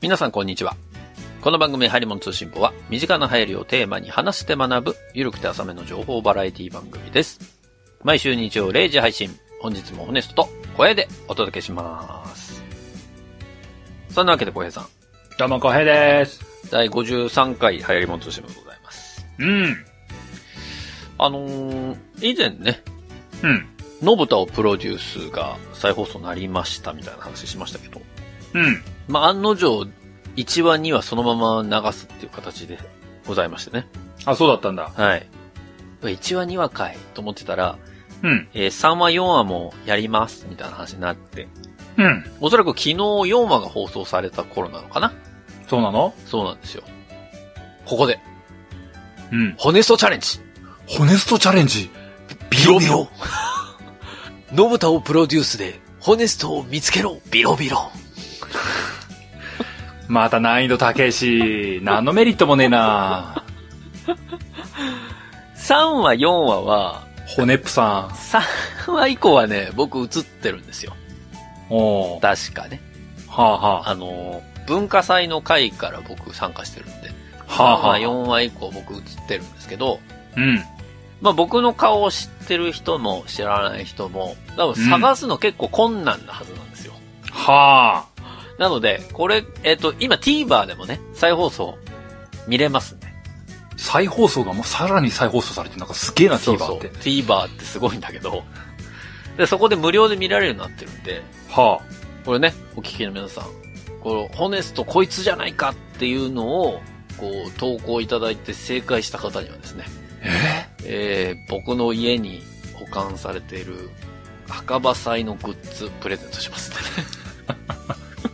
皆さんこんにちは。この番組ハリモン通信簿は、身近な流行りをテーマに話して学ぶ、ゆるくて浅めの情報バラエティ番組です。毎週日曜0時配信、本日もホネストと声でお届けします。そんなわけで小平さん、どうも、こへです。第53回流行りもん通信簿でございます。うん。あのー、以前ね、うん。のぶたをプロデュースが再放送になりましたみたいな話しましたけど、うん。まあ、案の定、1話2話そのまま流すっていう形でございましてね。あ、そうだったんだ。はい。1話2話かいと思ってたら、うん。えー3話4話もやりますみたいな話になって、うん。おそらく昨日4話が放送された頃なのかなそうなのそうなんですよ。ここで、うん。ホネストチャレンジホネストチャレンジ。ビロビ ロのぶたをプロデュースで、ホネストを見つけろビロビロまた難易度高いし、何のメリットもねえな !3 話4話は、骨っぷさ3話以降はね、僕映ってるんですよ。ん。おー。確かね。はあはあ。あのー、文化祭の会から僕参加してるんで、はあは3話4あ。話以降僕映ってるんですけど、うん。まあ僕の顔を知ってる人も知らない人も、多分探すの結構困難なはずなんですよ。はあ。なので、これ、えっ、と、今 TVer でもね、再放送見れますね。再放送がもうさらに再放送されて、なんかすげえな、そう TVer そっうて。。 TVer ってすごいんだけど、で、そこで無料で見られるようになってるんで、はこれね、お聞きの皆さん、この、ホネストこいつじゃないかっていうのを、こう、投稿いただいて正解した方にはですね、あ。ええー、僕の家に保管されている墓場祭のグッズプレゼントします ね。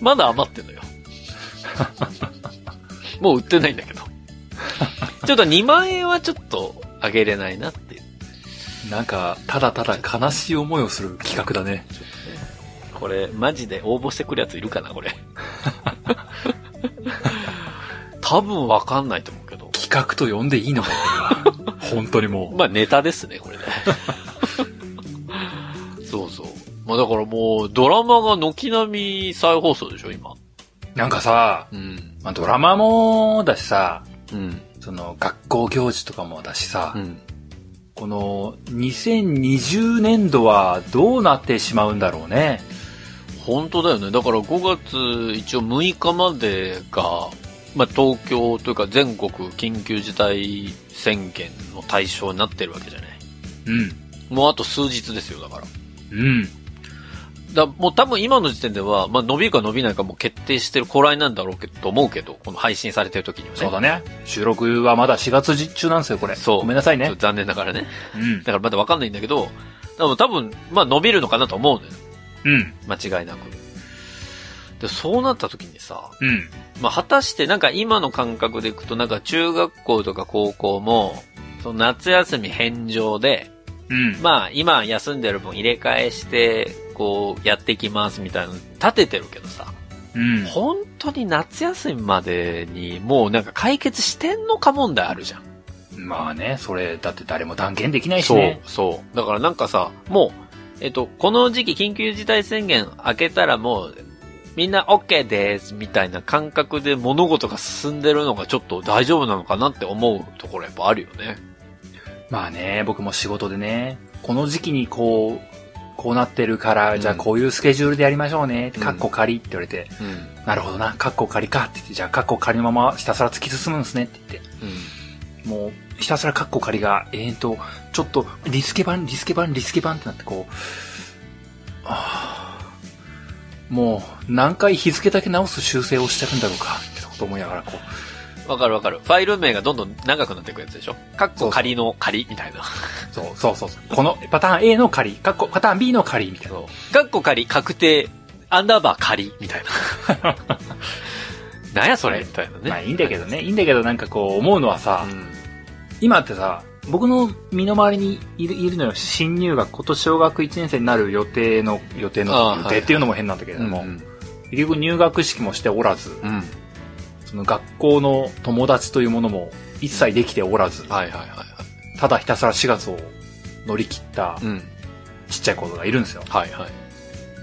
まだ余ってんのよ。もう売ってないんだけど。ちょっと2万円はちょっとあげれないなっていう。なんか、ただただ悲しい思いをする企画だね。ちょっとねこれ、マジで応募してくるやついるかな、こ れ。多分わかんないと思うけど。企画と呼んでいいのかこれ は本当にもまあ、ネタですね、こ れね。そうそう。まあ、だからもう、ドラマが軒並み再放送でしょ、今。う。なんかさ、うん。まあ、ドラマもだしさ、うん。その学校行事とかもだしさ、うん。この2020年度はどうなってしまうんだろうね。本当だよね。だから5月、一応6日までが、まあ、東京というか全国緊急事態宣言の対象になってるわけじゃない。うん。もうあと数日ですよ、だから。うん。だもう多分今の時点では、まあ、伸びるか伸びないかもう決定してる頃合いなんだろうけど、と思うけど、この配信されてる時にはね。そうだね。収録はまだ4月実中なんですよ、これ。そうごめんなさいちょっねと。残念ながらね。うんだ。からまだわかんないんだけど、でも多分、まあ伸びるのかなと思うのよ。うん。間違いなく。で、そうなった時にさ、うん。まあ果たしてなんか今の感覚でいくとなんか中学校とか高校も、その夏休み返上で、うん。まあ今休んでる分入れ替えして、こうやっていきますみたいなの立ててるけどさ、うん。本当に夏休みまでにもうなんか解決してんのか問題あるじゃん。まあね、それ、だって誰も断言できないしそうね。、そう。だからなんかさ、もう、えっと、この時期緊急事態宣言明けたらもう、みんな OK です、みたいな感覚で物事が進んでるのがちょっと大丈夫なのかなって思うところやっぱあるよね。まあね、僕も仕事でね、この時期にこう、こうなってるから、うんじゃあこういうスケジュールでやりましょうね、うんカッコ仮って言われて、うん。なるほどな、カッコ仮かって言って、じゃあカッコ仮のままひたすら突き進むんですねって言って。もう、ひたすらカッコ仮が、えーと、ちょっと、リスケ版、リスケ版、リスケ版ってなって、こう、あーもう、何回日付だけ直す修正をしてるんだろうか、ってこと思いながら、こう、わかるわかる。ファイル名がどんどん長くなっていくやつでしょかっこ仮の仮みたいな。そうそうそうそう、このパターン A の仮、カッコ、パターン B の仮、みたいな。そう。かっこ仮、確定、アンダーバー仮、みたい な。なんやそれみたいなね。まあいいんだけどね、いいんだけどなんかこう思うのはさ、うん。今ってさ、僕の身の回りにいるいるのよ、新入学、今年小学1年生になる予定の、予定あの、ー予定っていうのも変なんだけれども、うん結局入学式もしておらず、うん。うんその学校の友達というものも一切できておらず、はいはいはいはただひたすら4月を乗り切ったい。うん。ちっちゃい子がいるんですよ。はいはい。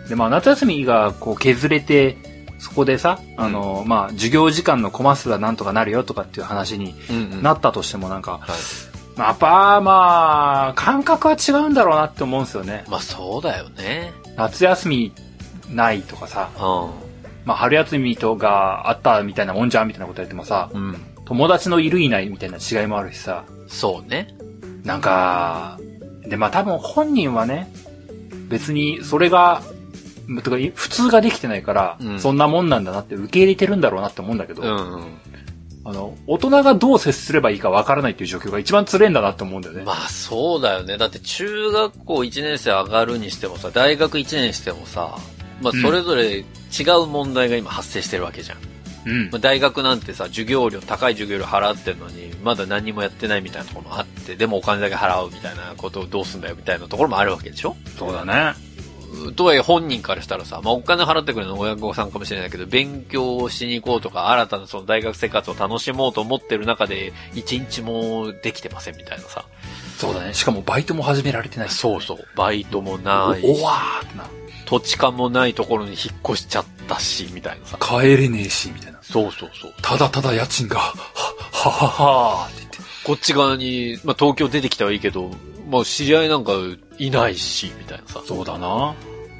で、まあ夏休みがこう削れて、そこでさ、あの、まあ、授業時間のコマ数はなんとかなるよとかっていう話にうんうんなったとしてもなんか、はいまあやっぱ、まあ、感覚は違うんだろうなって思うんですよね。まあそうだよね。夏休みないとかさ、うまあ、春休みとがあったみたいなもんじゃんみたいなことやってもさ、ん。うん。友達のいるいないみたいな違いもあるしさ、そうね。なんか、で、まあ多分本人はね、別にそれが、まてか普通ができてないから、うんそんなもんなんだなって受け入れてるんだろうなって思うんだけど、うんうん。あの、大人がどう接すればいいかわからないっていう状況が一番つれんだなって思うんだよね。まあそうだよね。だって中学校1年生上がるにしてもさ、大学1年にしてもさ、まあうんそれぞれ違う問題が今発生してるわけじゃん。うんまあ、。大学なんてさ、授業料、高い授業料払ってるのに、まだ何もやってないみたいなところもあって、でもお金だけ払うみたいなことをどうすんだよみたいなところもあるわけでしょそうだね。とはいえ本人からしたらさ、まあ、お金払ってくれるのは親御さんかもしれないけど、勉強をしに行こうとか、新たなその大学生活を楽しもうと思ってる中で、一日もできてませんみたいなさ。そうだね。しかもバイトも始められてないし。そうそう。バイトもないおおわーってな。土地勘もないところに引っ越しちゃったし、みたいなさ。帰れねえし、みたいな。そうそうそう。ただただ家賃が、は、はははーって言って。こっち側に、まあ、東京出てきたはいいけど、まあ、知り合いなんかいないし、みたいなさ。そうだな。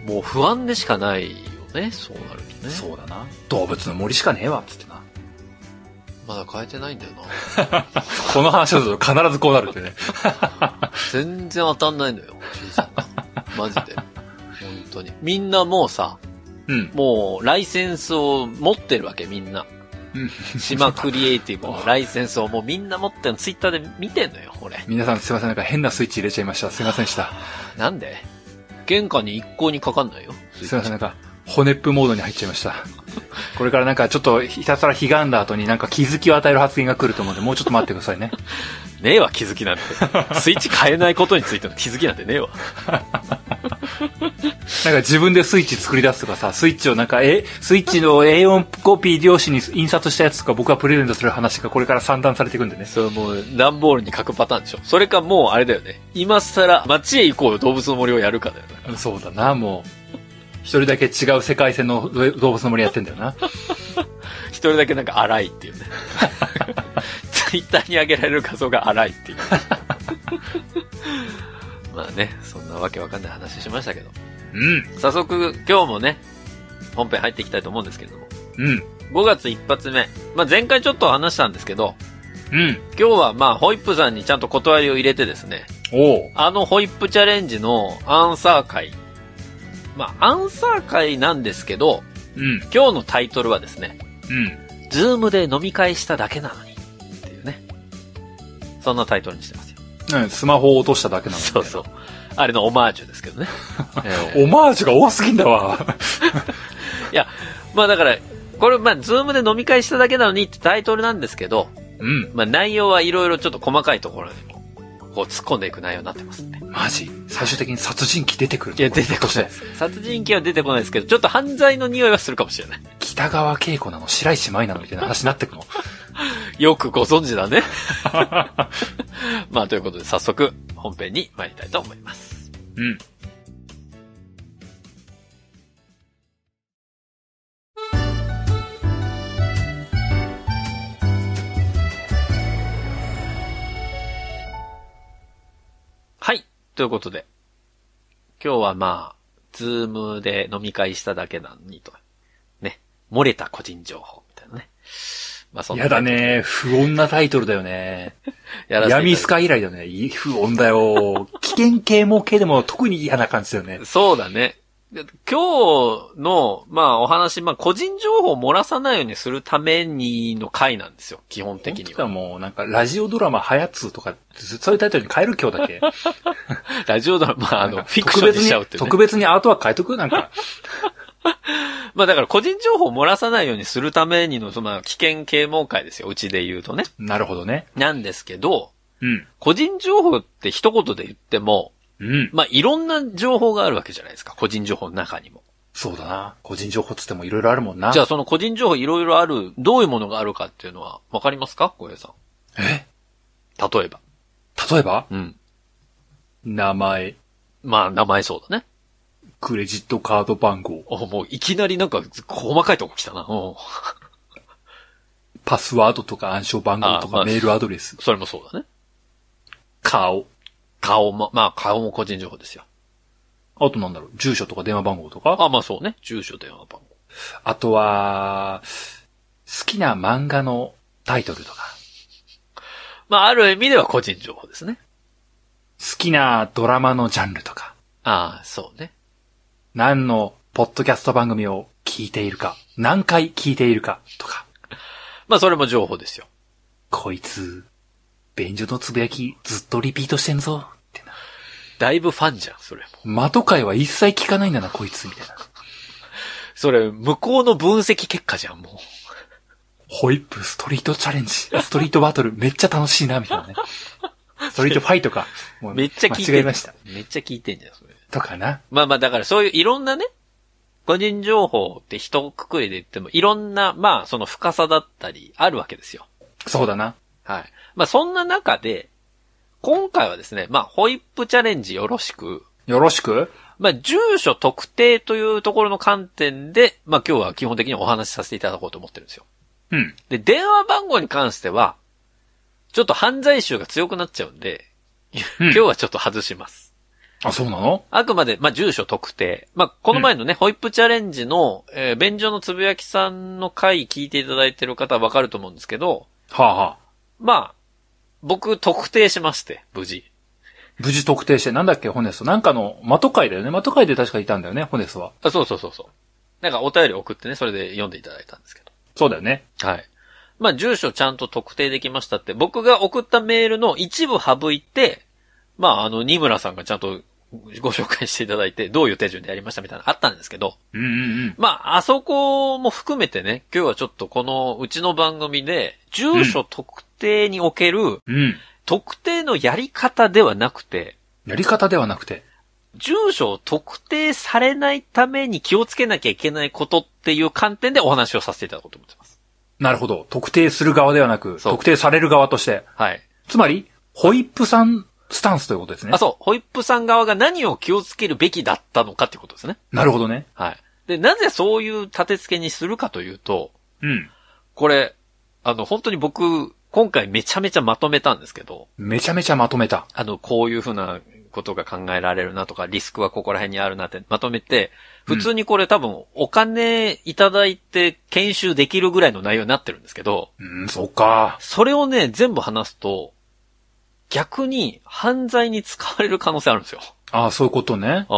もう不安でしかないよね、そうなるとね。そうだな。動物の森しかねえわ、つってな。まだ変えてないんだよな。この話をすると必ずこうなるってね。全然当たんないのよ、じいさんが。 マジで。本当に。みんなもうさ、うん。もうライセンスを持ってるわけ、みんな。島クリエイティブのライセンスをもうみんな持ってるの、ツイッターで見てんのよ、俺。 皆さんすいません、なんか変なスイッチ入れちゃいました。すいませんでした。なんで玄関に一向にかかんないよ。すいません、なんか、骨っぷモードに入っちゃいました。これからなんかちょっとひたすら悲願んだ後になんか気づきを与える発言が来ると思うんで、もうちょっと待ってください ね。ねえわ、気づきなんて。スイッチ変えないことについての気づきなんてねえわ。なんか自分でスイッチ作り出すとかさ、スイッチをなんか、え、スイッチの A4 コピー用紙に印刷したやつとか僕がプレゼントする話がこれから散断されていくんでね。それもう、段ボールに書くパターンでしょ。それかもう、あれだよね。今更、街へ行こうよ、動物の森をやるかだよね。そうだな、もう。一人だけ違う世界線の動物の森やってんだよな。一人だけなんか荒いっていうね。ツイッターに上げられる画像が荒いっていう。まあね、そんなわけわかんない話しましたけど。うん。早速、今日もね、本編入っていきたいと思うんですけれども。うん。 5月一発目。まあ前回ちょっと話したんですけど、うん。今日はまあホイップさんにちゃんと断りを入れてですね、おう。あのホイップチャレンジのアンサー会。まあアンサー会なんですけど、うん。今日のタイトルはですね、うん。ズームで飲み会しただけなのに。っていうね。そんなタイトルにしてますよ。何スマホを落としただけなのそうそう。あれのオマージュです けどね。えオーマージュが多すぎんだわ。まあだから、これ、まあ、ズームで飲み会しただけなのにってタイトルなんですけど、うん。まあ内容はいろいろちょっと細かいところにも、こう突っ込んでいく内容になってますんで。マジ最終的に殺人鬼出てくるいや、出てこしないてで。す。殺人鬼は出てこないですけど、ちょっと犯罪の匂いはするかもしれない。北川景子なの白石舞なのみたいな話になってくの。よくご存知だね。 まあ、ということで早速、本編に参りたいと思います。うん。はい。ということで、今日はまあ、ズームで飲み会しただけなのにと。ね。漏れた個人情報みたいなね。まあそんな。やだ。ね。不穏なタイトルだよね。やらせていただき闇スカ以来だよね。いい不穏だ よ。危険啓蒙系でも特に嫌な感じだよね。そうだね。で今日の、まあお話、まあ個人情報を漏らさないようにするためにの回なんですよ。基本的にはは。もうなんかラジオドラマはやつとか、そういうタイトルに変える今日だけ。ラジオドラマ、 まああなの、んかフィクションにしちゃうっていう、ね特。別に特別にアートは変えとくなんか。まあだから個人情報を漏らさないようにするためにの、その危険啓蒙会ですよ。うちで言うとね。なるほどね。なんですけど、うん。個人情報って一言で言っても、うん。まあ、いろんな情報があるわけじゃないですか。個人情報の中にも。そうだな。個人情報つってもいろいろあるもんな。じゃあ、その個人情報いろいろある、どういうものがあるかっていうのは、わかりますか小平さん。え例えば。例えばうん。名前、まあ、名前そうだね。クレジットカード番号、あ、もういきなりなんか細かいとこ来たな。うん。パスワードとか暗証番号とあまあかメールアドレス、それもそうだね。顔、顔も、まあ顔も個人情報ですよ。あとなんだろう、住所とか電話番号とか、あ、まあそうね。住所、電話番号。あとは、好きな漫画のタイトルとか、まあある意味では個人情報ですね。好きなドラマのジャンルとか、ああ、そうね。何のポッドキャスト番組を聞いているか、何回聞いているかとか、まあそれも情報ですよ。こいつ、便所のつぶやきずっとリピートしてんぞ、ってな。だいぶファンじゃん、それも。マト会は一切聞かないんだな、こいつ、みたいな。それ、向こうの分析結果じゃん、もう。ホイップストリートチャレンジ、ストリートバトルめっちゃ楽しいな、みたいなね。ストリートファイトか。もうめっちゃ聞いてん間違えました。。めっちゃ聞いてんじゃん、それ。とかな。まあまあ、だからそういういろんなね、個人情報って一括りで言っても、いろんな、まあ、その深さだったり、あるわけですよ。そうだな。はい。まあ、そんな中で、今回はですね、まあ、ホイップチャレンジよろしく、よろしくまあ、住所特定というところの観点で、まあ、今日は基本的にお話しさせていただこうと思ってるんですよ。うん。で、電話番号に関しては、ちょっと犯罪集が強くなっちゃうんで、うん今日はちょっと外します。あ、そうなのあくまで、まあ、住所特定。まあ、この前のね、ホイップチャレンジの、えー、便所のつぶやきさんの回聞いていただいてる方はわかると思うんですけど、はあ、はあ、まあ、僕特定しまして、無事。無事特定して、なんだっけ、ホネスト。なんかの、マト会だよね。マト会で確かいたんだよね、ホネストは。あ、そうそうそうそう。なんかお便り送ってね、それで読んでいただいたんですけそうだよね。ど。はい。まあ、住所ちゃんと特定できましたって、僕が送ったメールの一部省いて、まあ、あの、二村さんがちゃんとご紹介していただいて、どういう手順でやりましたみたいなのあったんですけど、うんうんうん。まあ、あそこも含めてね、今日はちょっとこのうちの番組で、住所特定におけるうん。特定のやり方ではなくて、やり方ではなくて。住所を特定されないために気をつけなきゃいけないことっていう観点でお話をさせていただこうと思ってます。なるほど。特定する側ではなく、そう特定される側として。はい。つまり、ホイップさんスタンスということですねあ、。そう。ホイップさん側が何を気をつけるべきだったのかっていうことですね。なるほどね。はい。で、なぜそういう立て付けにするかというと、うん。これ、あの、本当に僕、今回めちゃめちゃまとめたんですけど、めちゃめちゃまとめた。あの、こういうふうなことが考えられるなとか、リスクはここら辺にあるなってまとめて、普通にこれ多分お金いただいて研修できるぐらいの内容になってるんですけど、うん、そっか。それをね、全部話すと、逆に犯罪に使われる可能性あるんですよ。ああ、そういうことね。う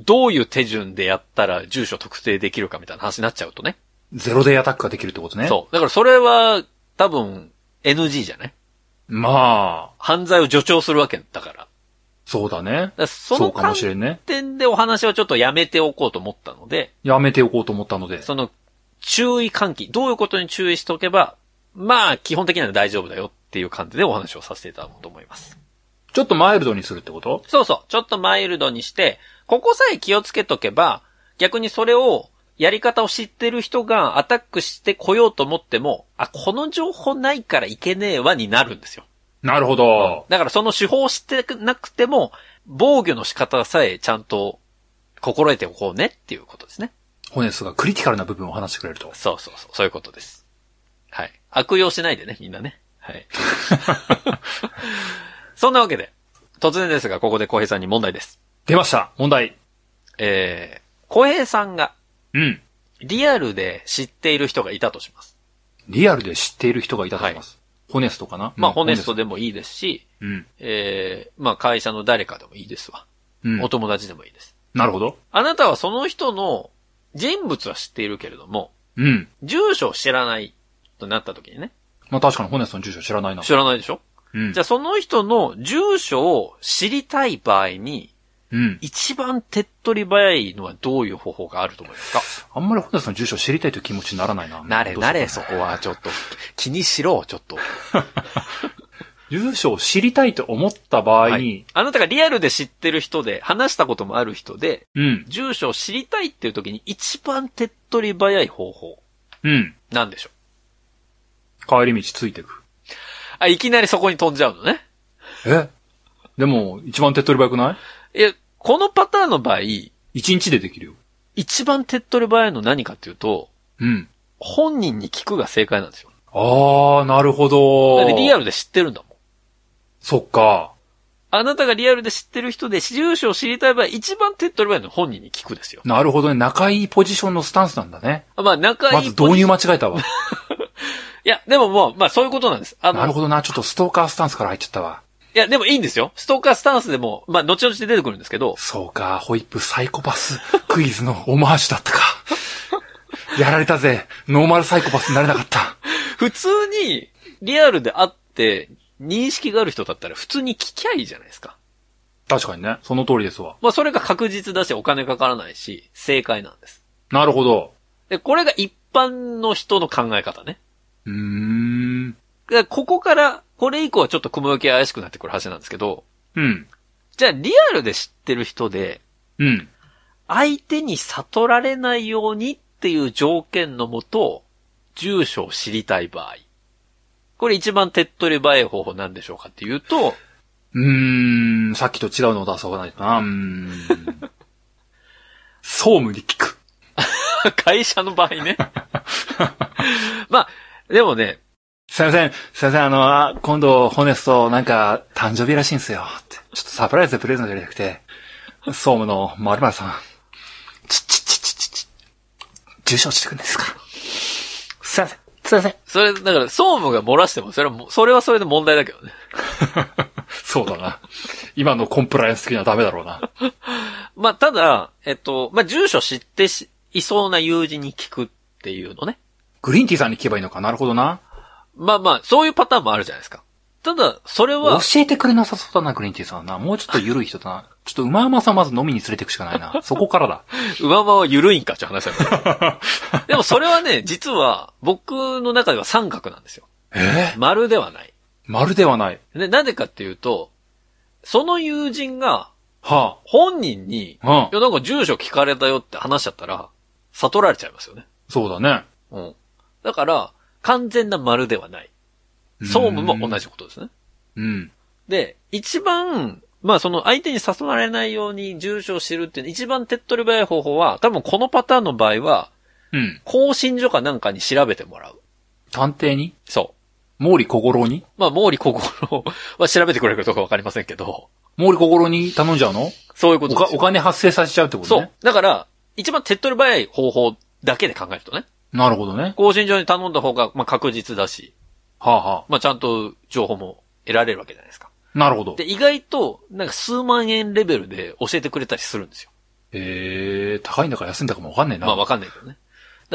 ん。どういう手順でやったら住所特定できるかみたいな話になっちゃうとね。ゼロデイアタックができるってことね。。そう。だからそれは多分 NG じゃないうまあ、犯罪を助長するわけだから。だかそうだね。らそそのうかも観しれんね。点でお話はちょっとやめておこうと思ったので、やめておこうと思ったので。その、注意喚起、どういうことに注意しておけば、まあ、基本的には大丈夫だよっていう感じでお話をさせていただこうと思います。ちょっとマイルドにするってことそうそう、ちょっとマイルドにして、ここさえ気をつけとけば、逆にそれを、やり方を知ってる人がアタックしてこようと思っても、あ、この情報ないからいけねえわになるんですよ。なるほど。だからその手法を知ってなくても、防御の仕方さえちゃんと心得ておこうねっていうことですね。ホネスがクリティカルな部分を話してくれると。そうそうそう、そういうことです。はい。悪用しないでね、みんなね。はい。そんなわけで、突然ですが、ここで浩平さんに問題です。出ました問題。えー、浩平さんがうん。リアルで知っている人がいたとします。リアルで知っている人がいたと思います。ホネストかなまあ、うんホネストでもいいですし、ホネスえー、まあ、会社の誰かでもいいですわ。トうん。うおん。友達でもいいです。なるほど。あなたはその人の人物は知っているけれども、うん。住所を知らないとなった時にね、まあ確かにホネストの住所知らないな。知らないでしょうんじゃあその人の住所を知りたい場合に、うん。一番手っ取り早いのはどういう方法があると思いますかあんまりホネストの住所知りたいという気持ちにならないな。なれどうしよなうかれ、そこはちょっと、気にしろ、ちょっと。住所を知りたいと思った場合に、はいあなたがリアルで知ってる人で、話したこともある人で、うん。住所を知りたいっていう時に一番手っ取り早い方法、うん。なんでしょ帰り道ついてく。うあ、いきなりそこに飛んじゃうのね。えでも、一番手っ取り早くないいや、このパターンの場合、一日でできるよ。一番手っ取り早いの何かっていうと、うん。本人に聞くが正解なんですよ。ああ、なるほだどって。リアル。ルで知ってるんだもん。そっか。あなたがリアルで知ってる人で、住所を知りたい場合、一番手っ取り早いのは本人に聞くですよ。なるほどね。仲いいポジションのスタンスなんだね。あまあ、仲いい。まず導入間違えたわ。いや、でももう、まあ、そういうことなんです。あのなるほどな。ちょっとストーカースタンスから入っちゃったわ。いや、でもいいんですよ。ストーカースタンスでも、まあ、後々で出てくるんですけど、そうか。ホイップサイコパスクイズの オマージュだったか。やられたぜ。ノーマルサイコパスになれなかった。普通に、リアルで会って、認識がある人だったら、普通に聞きゃいいじゃないですか。確かにね。その通りですわ。まあ、それが確実だし、お金かからないし、正解なんです。なるほど。で、これが一般の人の考え方ね。うーん。でここから、これ以降はちょっと雲行き怪しくなってくる話なんですけど、うん。じゃあ、リアルで知ってる人で、うん。相手に悟られないようにっていう条件のもと、住所を知りたい場合。これ一番手っ取り早い方法なんでしょうかっていうと、うーん。さっきと違うのを出さないとな。うー ん。総務に聞く。 会社の場合ね。 まあ、でもね、すいません、すいません、あの、あ今度、ホネスト、なんか、誕生日らしいんすよ。ってちょっとサプライズでプレゼントじゃなくて、総務の〇〇さん、ち、ち、ち、ち、ち、ち、重賞してくんですかすいません、すいません。それ、だから、総務が漏らしても、それはも、それはそれで問題だけどね。そうだな。今のコンプライアンス的にはダメだろうな。まあ、ただ、えっと、まあ、住所知ってしいそうな友人に聞くっていうのね。グリーンティーさんに聞けばいいのかなるほどな。まあまあ、そういうパターンもあるじゃないですか。ただ、それは、教えてくれなさそうだな、グリーンティーさんはな。もうちょっと緩い人だな。ちょっと、うまうまさんまず飲みに連れていくしかないな。そこからだ。上場は緩いんかって話だから。 でもそれはね、実は僕の中では三角なんですよ。ええ丸ではない。丸ではない。で、なぜかっていうと、その友人がは本人に、あ。うんい。やなんか住所聞かれたよって話しちゃったら、悟られちゃいますよね。そうだね。うん。だから、完全な丸ではない。総務も同じ。じことですね。うん。で、一番、まあその相手に誘われないように住所を知るっていう一番手っ取り早い方法は、多分このパターンの場合は、うん。更新所かなんかに調べてもらう。探偵にそう。毛利小五郎にまあ、毛利小五郎は調べてくれるとかわかりませんけど、毛利小五郎に頼んじゃうのそういうこおとでかすおよ。金発生させちゃうってことそうね。。だから、一番手っ取り早い方法だけで考えるとね、なるほどね。更新所に頼んだ方が、まあ、確実だし、はあ、はまあ、ちゃんと情報も得られるわけじゃないですか。あ、なるほど。で、意外と、なんか数万円レベルで教えてくれたりするんですよ。えー、高いんだか安いんだかもわかんねえな。まあ、わかんないけどね。だか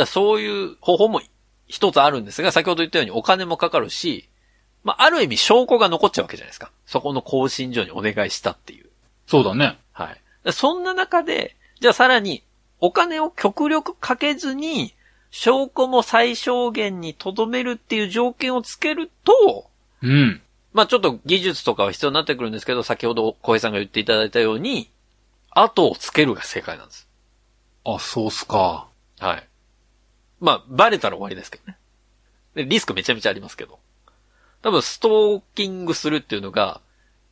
らそういう方法も一つあるんですが、先ほど言ったようにお金もかかるし、まあ、ある意味証拠が残っちゃうわけじゃないですか。そこの更新所にお願いしたっていう。そうだね。はい。でそんな中で、じゃあさらに、お金を極力かけずに、証拠も最小限に留めるっていう条件をつけると、うん。まあちょっと技術とかは必要になってくるんですけど、先ほど小平さんが言っていただいたように、後をつけるが正解なんです。あ、そうっすか。はい。まあ、バレたら終わりですけどね。でリスクめちゃめちゃありますけど。多分、ストーキングするっていうのが、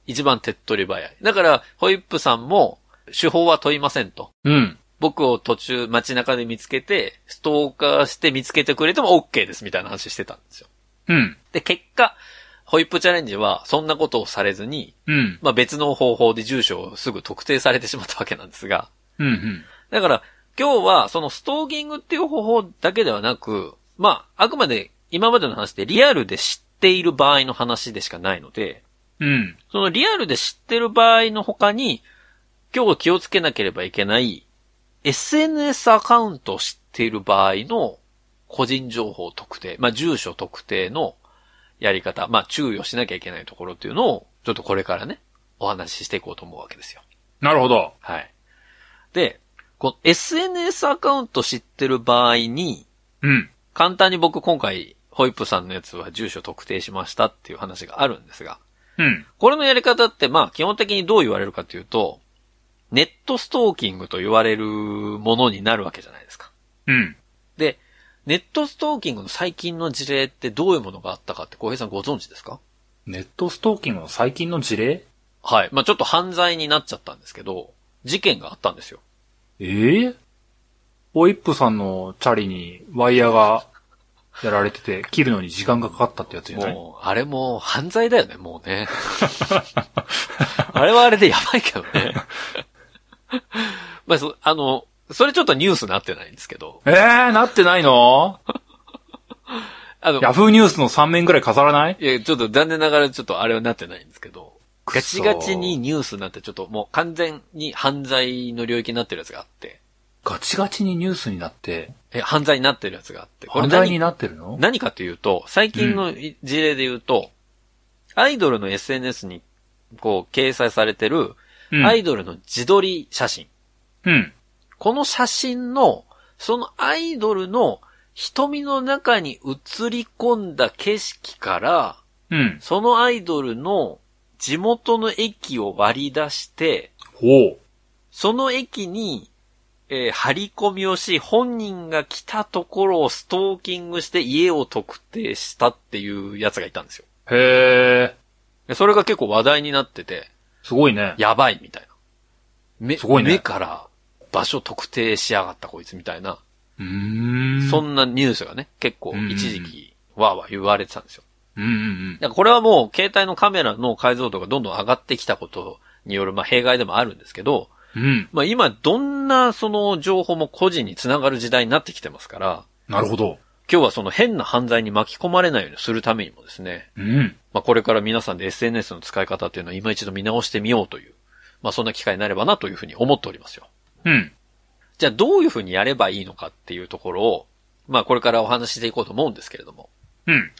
一番手っ取り早い。だから、ホイップさんも、手法は問いませんと。うん。僕を途中街中で見つけて、ストーカーして見つけてくれても OK ですみたいな話してたんですよ。うん。で、結果、ホイップチャレンジはそんなことをされずに、うん。まあ別の方法で住所をすぐ特定されてしまったわけなんですが、うん。うん。だから今日はそのストーキングっていう方法だけではなく、まああくまで今までの話でリアルで知っている場合の話でしかないので、うん。そのリアルで知ってる場合の他に、今日気をつけなければいけない、SNS アカウントを知っている場合の個人情報特定、まあ、住所特定のやり方、まあ、注意をしなきゃいけないところっていうのを、ちょっとこれからね、お話ししていこうと思うわけですよ。なるほど。はい。で、この SNS アカウント知ってる場合に、うん。簡単に僕今回、ホイップさんのやつは住所特定しましたっていう話があるんですが、うん。これのやり方って、まあ、基本的にどう言われるかというと、ネットストーキングと言われるものになるわけじゃないですか。うん。で、ネットストーキングの最近の事例ってどういうものがあったかって、小平さんご存知ですかネットストーキングの最近の事例はい。まあ、ちょっと犯罪になっちゃったんですけど、事件があったんですよ。ええオイップさんのチャリにワイヤーがやられてて、切るのに時間がかかったってやつじゃないもう、あれも犯罪だよね、もうね。 あれはあれでやばいけどね。 まあ、そ、あの、それちょっとニュースなってないんですけど。ええー、なってないのあの、ヤフーニュースの3面ぐらい飾らないいや、ちょっと残念ながらちょっとあれはなってないんですけど。ガチガチに。ニュースになってちょっともう完全に犯罪の領域になってるやつがあって。ガチガチにニュースになって、え、犯罪になってるやつがあって。これ犯何罪になってるの何かというと、最近のい事例で言うと、アイドルの SNS にこう掲載されてる、うんアイドルの自撮り写真。うん。この写真の、そのアイドルの瞳の中に映り込んだ景色から、うん。そのアイドルの地元の駅を割り出して、ほう。その駅に、えー張り込みをし、本人が来たところをストーキングして家を特定したっていうやつがいたんですよ。へえ、でそれが結構話題になってて、すごいね。やばいみたいな。目、すごいね目から場所特定しやがったこいつみたいな、うーん。そんなニュースがね、結構一時期、わーわー言われてたんですよ。うんうんだからこれはもう携帯のカメラの解像度がどんどん上がってきたことによる、まあ弊害でもあるんですけど、うん。うん。まあ今どんなその情報も個人につながる時代になってきてますから、なるほど。今日はその変な犯罪に巻き込まれないようにするためにもですね、うん。まあこれから皆さんで SNS の使い方っていうのを今一度見直してみようという、まあそんな機会になればなというふうに思っておりますよ。うん。じゃあどういうふうにやればいいのかっていうところを、まあこれからお話ししていこうと思うんですけれども、うん。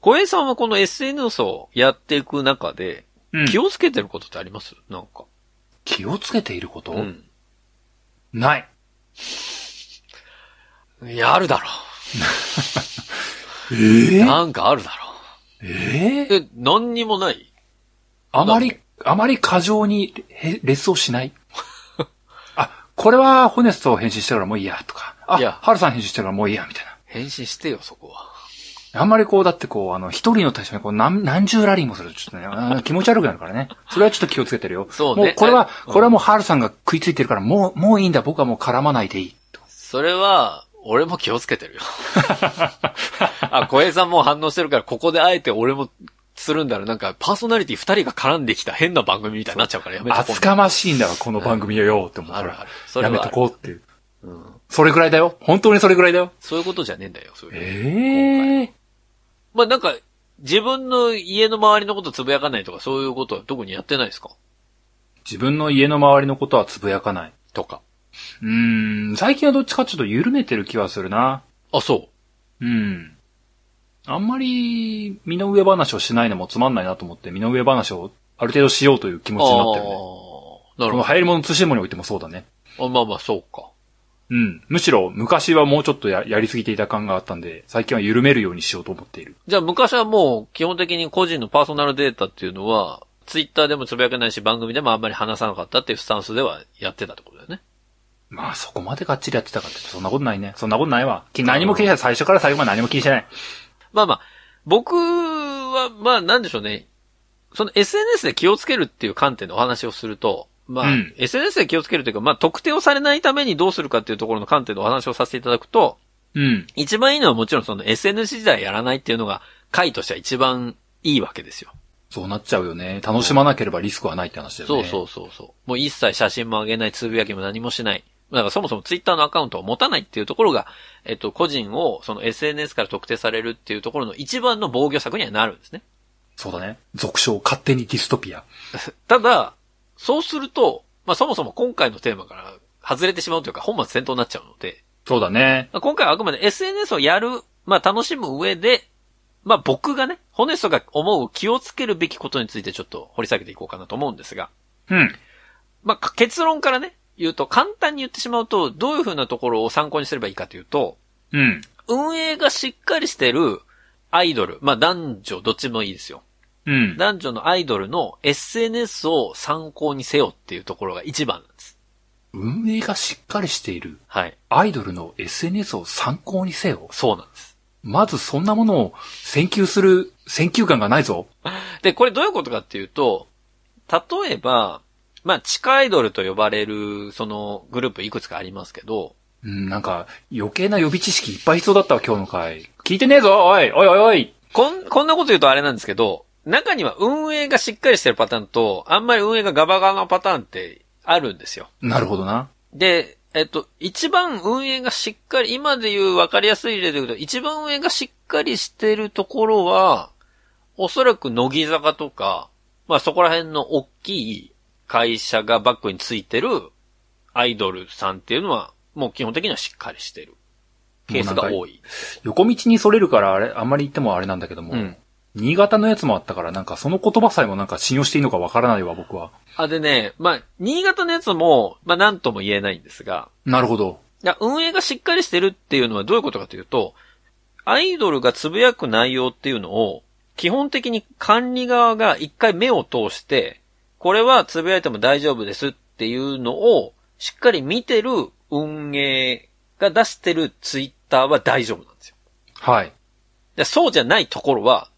小江さんはこの SNS をやっていく中で、うん、気をつけてることってありますなんか。気をつけていること、うん。ない。いや、あるだろえう。えなんかあるだろええう。え、何にもないあまり、あまり過剰にへ列をし ない。あ、これはホネストを返信してからもういいや、とか。あ、いやハルさん返信してからもういいや、みたい返信してよ、そこは。な。あんまりこう、だってこう、あの、一人の対象にこう、何、何十ラリーもするとちょっとねあー、気持ち悪くなるからね。それはちょっと気をつけてるよ。そうねもうこれは、うんこれはもうハルさんが食いついてるから、もう、もういいんだ、僕はもう絡まないでいい。それは、俺も気をつけて るよ。あ、小江さんもう反応してるから、ここであえて俺もするんだろう。なんか、パーソナリティ二人が絡んできた変な番組みたいになっちゃうからやめとこう。厚かましいんだわ、この番組よよ、って思うかあるあらる。。それやはめあとるこうっていう。うん。それぐらいだよ。本当にそれぐらいだよ。そういうことじゃねえんだよ、そういうの。ええまあ、なんか、自分の家の周りのことつぶやかないとか、そういうことは特にやってないですか自分の家の周りのことはつぶやかない。とか。うーん、最近はどっちかちょっと緩めてる気はするな。あ、そう。うん。あんまり、身の上話をしないのもつまんないなと思って、身の上話をある程度しようという気持ちになってるあーね。なこるのほ流行り物通信網においてもそうだね。ど。あまあまあ、そうか。うん。むしろ、昔はもうちょっとややりすぎていた感があったんで、最近は緩めるようにしようと思っている。じゃあ、昔はもう、基本的に個人のパーソナルデータっていうのは、ツイッターでもつぶやけないし、番組でもあんまり話さなかったっていうスタンスではやってたってことだよね。まあ、そこまでがっちりやってたかって、そんなことないね。そんなことないわ。き何も気にしてない。最初から最後まで何も気にしてない。まあまあ、僕は、まあ、なんでしょうね。その SNS で気をつけるっていう観点でお話をすると、まあ、うん SNS で気をつけるというか、まあ、特定をされないためにどうするかっていうところの観点でお話をさせていただくと、うん。一番いいのはもちろんその SNS 時代やらないっていうのが、回としては一番いいわけですよ。そうなっちゃうよね。楽しまなければリスクはないって話だよそね。うそうそうそう。もう一切写真も上げない、つぶやきも何もしない。だからそもそもツイッターのアカウントを持たないっていうところが、えっと、個人をその SNS から特定されるっていうところの一番の防御策にはなるんですね。 そうだね。俗称、勝手にディストピア。ただ、そうすると、まあそもそも今回のテーマから外れてしまうというか本末転倒になっちゃうので、そうだね。まあ今回はあくまで SNS をやる、まあ楽しむ上で、まあ僕がね、ホネストが思う気をつけるべきことについてちょっと掘り下げていこうかなと思うんですが、うん。まあ、か結論からね、言うと、簡単に言ってしまうと、どういう風なところを参考にすればいいかというと、うん。運営がしっかりしてるアイドル、まあ男女どっちもいいですよ。うん。男女のアイドルの SNS を参考にせよっていうところが一番なんです。運営がしっかりしているはい。アイドルの SNS を参考にせよ。そうなんです。まずそんなものを選球する選球感がないぞ。で、これどういうことかっていうと、例えば、まあ、地下アイドルと呼ばれる、その、グループいくつかありますけど、うん、なんか、余計な予備知識いっぱい必要だったわ、今日の回。聞いてねえぞ、おいおいおいおいこん、こんなこと言うとあれなんですけど、中には運営がしっかりしてるパターンと、あんまり運営がガバガバなパターンってあるんですよ。なるほどな。で、えっと、一番運営がしっかり、今で言う分かりやすい例で言うと、一番運営がしっかりしてるところは、おそらく乃木坂とか、まあそこら辺の大きい会社がバックについてるアイドルさんっていうのは、もう基本的にはしっかりしてるケースが多い。横道にそれるから、あれ、あんまり言ってもあれなんだけども、うん。新潟のやつもあったから、なんかその言葉さえもなんか信用していいのかわからないわ、僕は。あ、でね、まあ、新潟のやつも、まあなんとも言えないんですが、なるほど。いや、運営がしっかりしてるっていうのはどういうことかというと、アイドルがつぶやく内容っていうのを、基本的に管理側が一回目を通して、これはつぶやいても大丈夫ですっていうのを、しっかり見てる運営が出してるツイッターは大丈夫なんですよ。はい。でそうじゃないところは、